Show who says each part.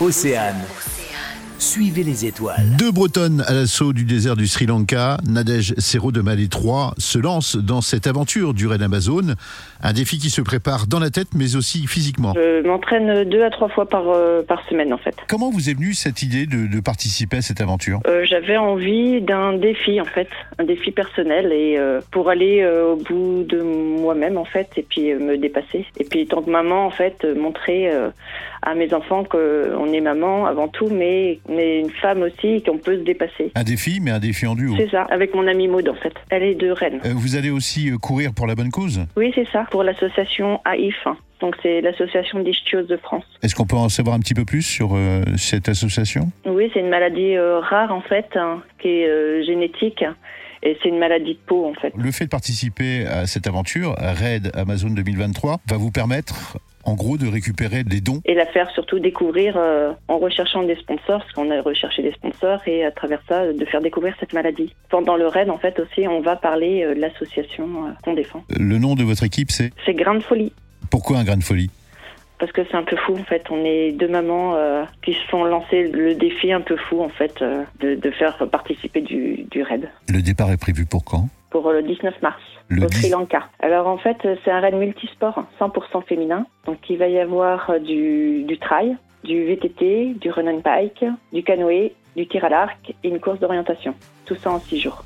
Speaker 1: Océane. Suivez les étoiles.
Speaker 2: Deux Bretonnes à l'assaut du désert du Sri Lanka, Nadège Serrault de Malé 3 se lance dans cette aventure du raid Amazon. Un défi qui se prépare dans la tête mais aussi physiquement.
Speaker 3: Je m'entraîne deux à trois fois par, euh, par semaine en fait.
Speaker 2: Comment vous est venue cette idée de, de participer à cette aventure
Speaker 3: Euh, J'avais envie d'un défi en fait, un défi personnel et euh, pour aller euh, au bout de moi-même en fait et puis euh, me dépasser. Et puis tant que maman en fait, euh, montrer euh, à mes enfants qu'on est maman avant tout mais on est une femme aussi et qu'on peut se dépasser.
Speaker 2: Un défi mais un défi en duo.
Speaker 3: C'est ça, avec mon amie Maud en fait. Elle est de Rennes.
Speaker 2: Euh, Vous allez aussi euh, courir pour la bonne cause
Speaker 3: Oui c'est ça, pour l'association AIF. hein. Donc c'est l'association d'Ichthyose de France.
Speaker 2: Est-ce qu'on peut en savoir un petit peu plus sur euh, cette association
Speaker 3: Oui, c'est une maladie euh, rare en fait, hein, qui est euh, génétique, et c'est une maladie de peau en fait.
Speaker 2: Le fait de participer à cette aventure, à Raid Amazon 2023, va vous permettre en gros de récupérer des dons.
Speaker 3: Et la faire surtout découvrir euh, en recherchant des sponsors, parce qu'on a recherché des sponsors, et à travers ça, euh, de faire découvrir cette maladie. Pendant le raid, en fait, aussi, on va parler euh, de l'association euh, qu'on défend.
Speaker 2: Le nom de votre équipe, c'est
Speaker 3: C'est Grain de Folie,
Speaker 2: Pourquoi un grain de folie
Speaker 3: parce que c'est un peu fou, en fait. On est deux mamans euh, qui se font lancer le défi un peu fou, en fait, euh, de, de faire participer du, du raid.
Speaker 2: Le départ est prévu pour quand
Speaker 3: pour le 19 mars
Speaker 2: Le
Speaker 3: au
Speaker 2: 10.
Speaker 3: Sri Lanka. Alors en fait, c'est un raid multisport, 100% féminin. Donc il va y avoir euh, du, du trail, du VTT, du run and bike, du canoë, du tir à l'arc et une course d'orientation. Tout ça en six jours.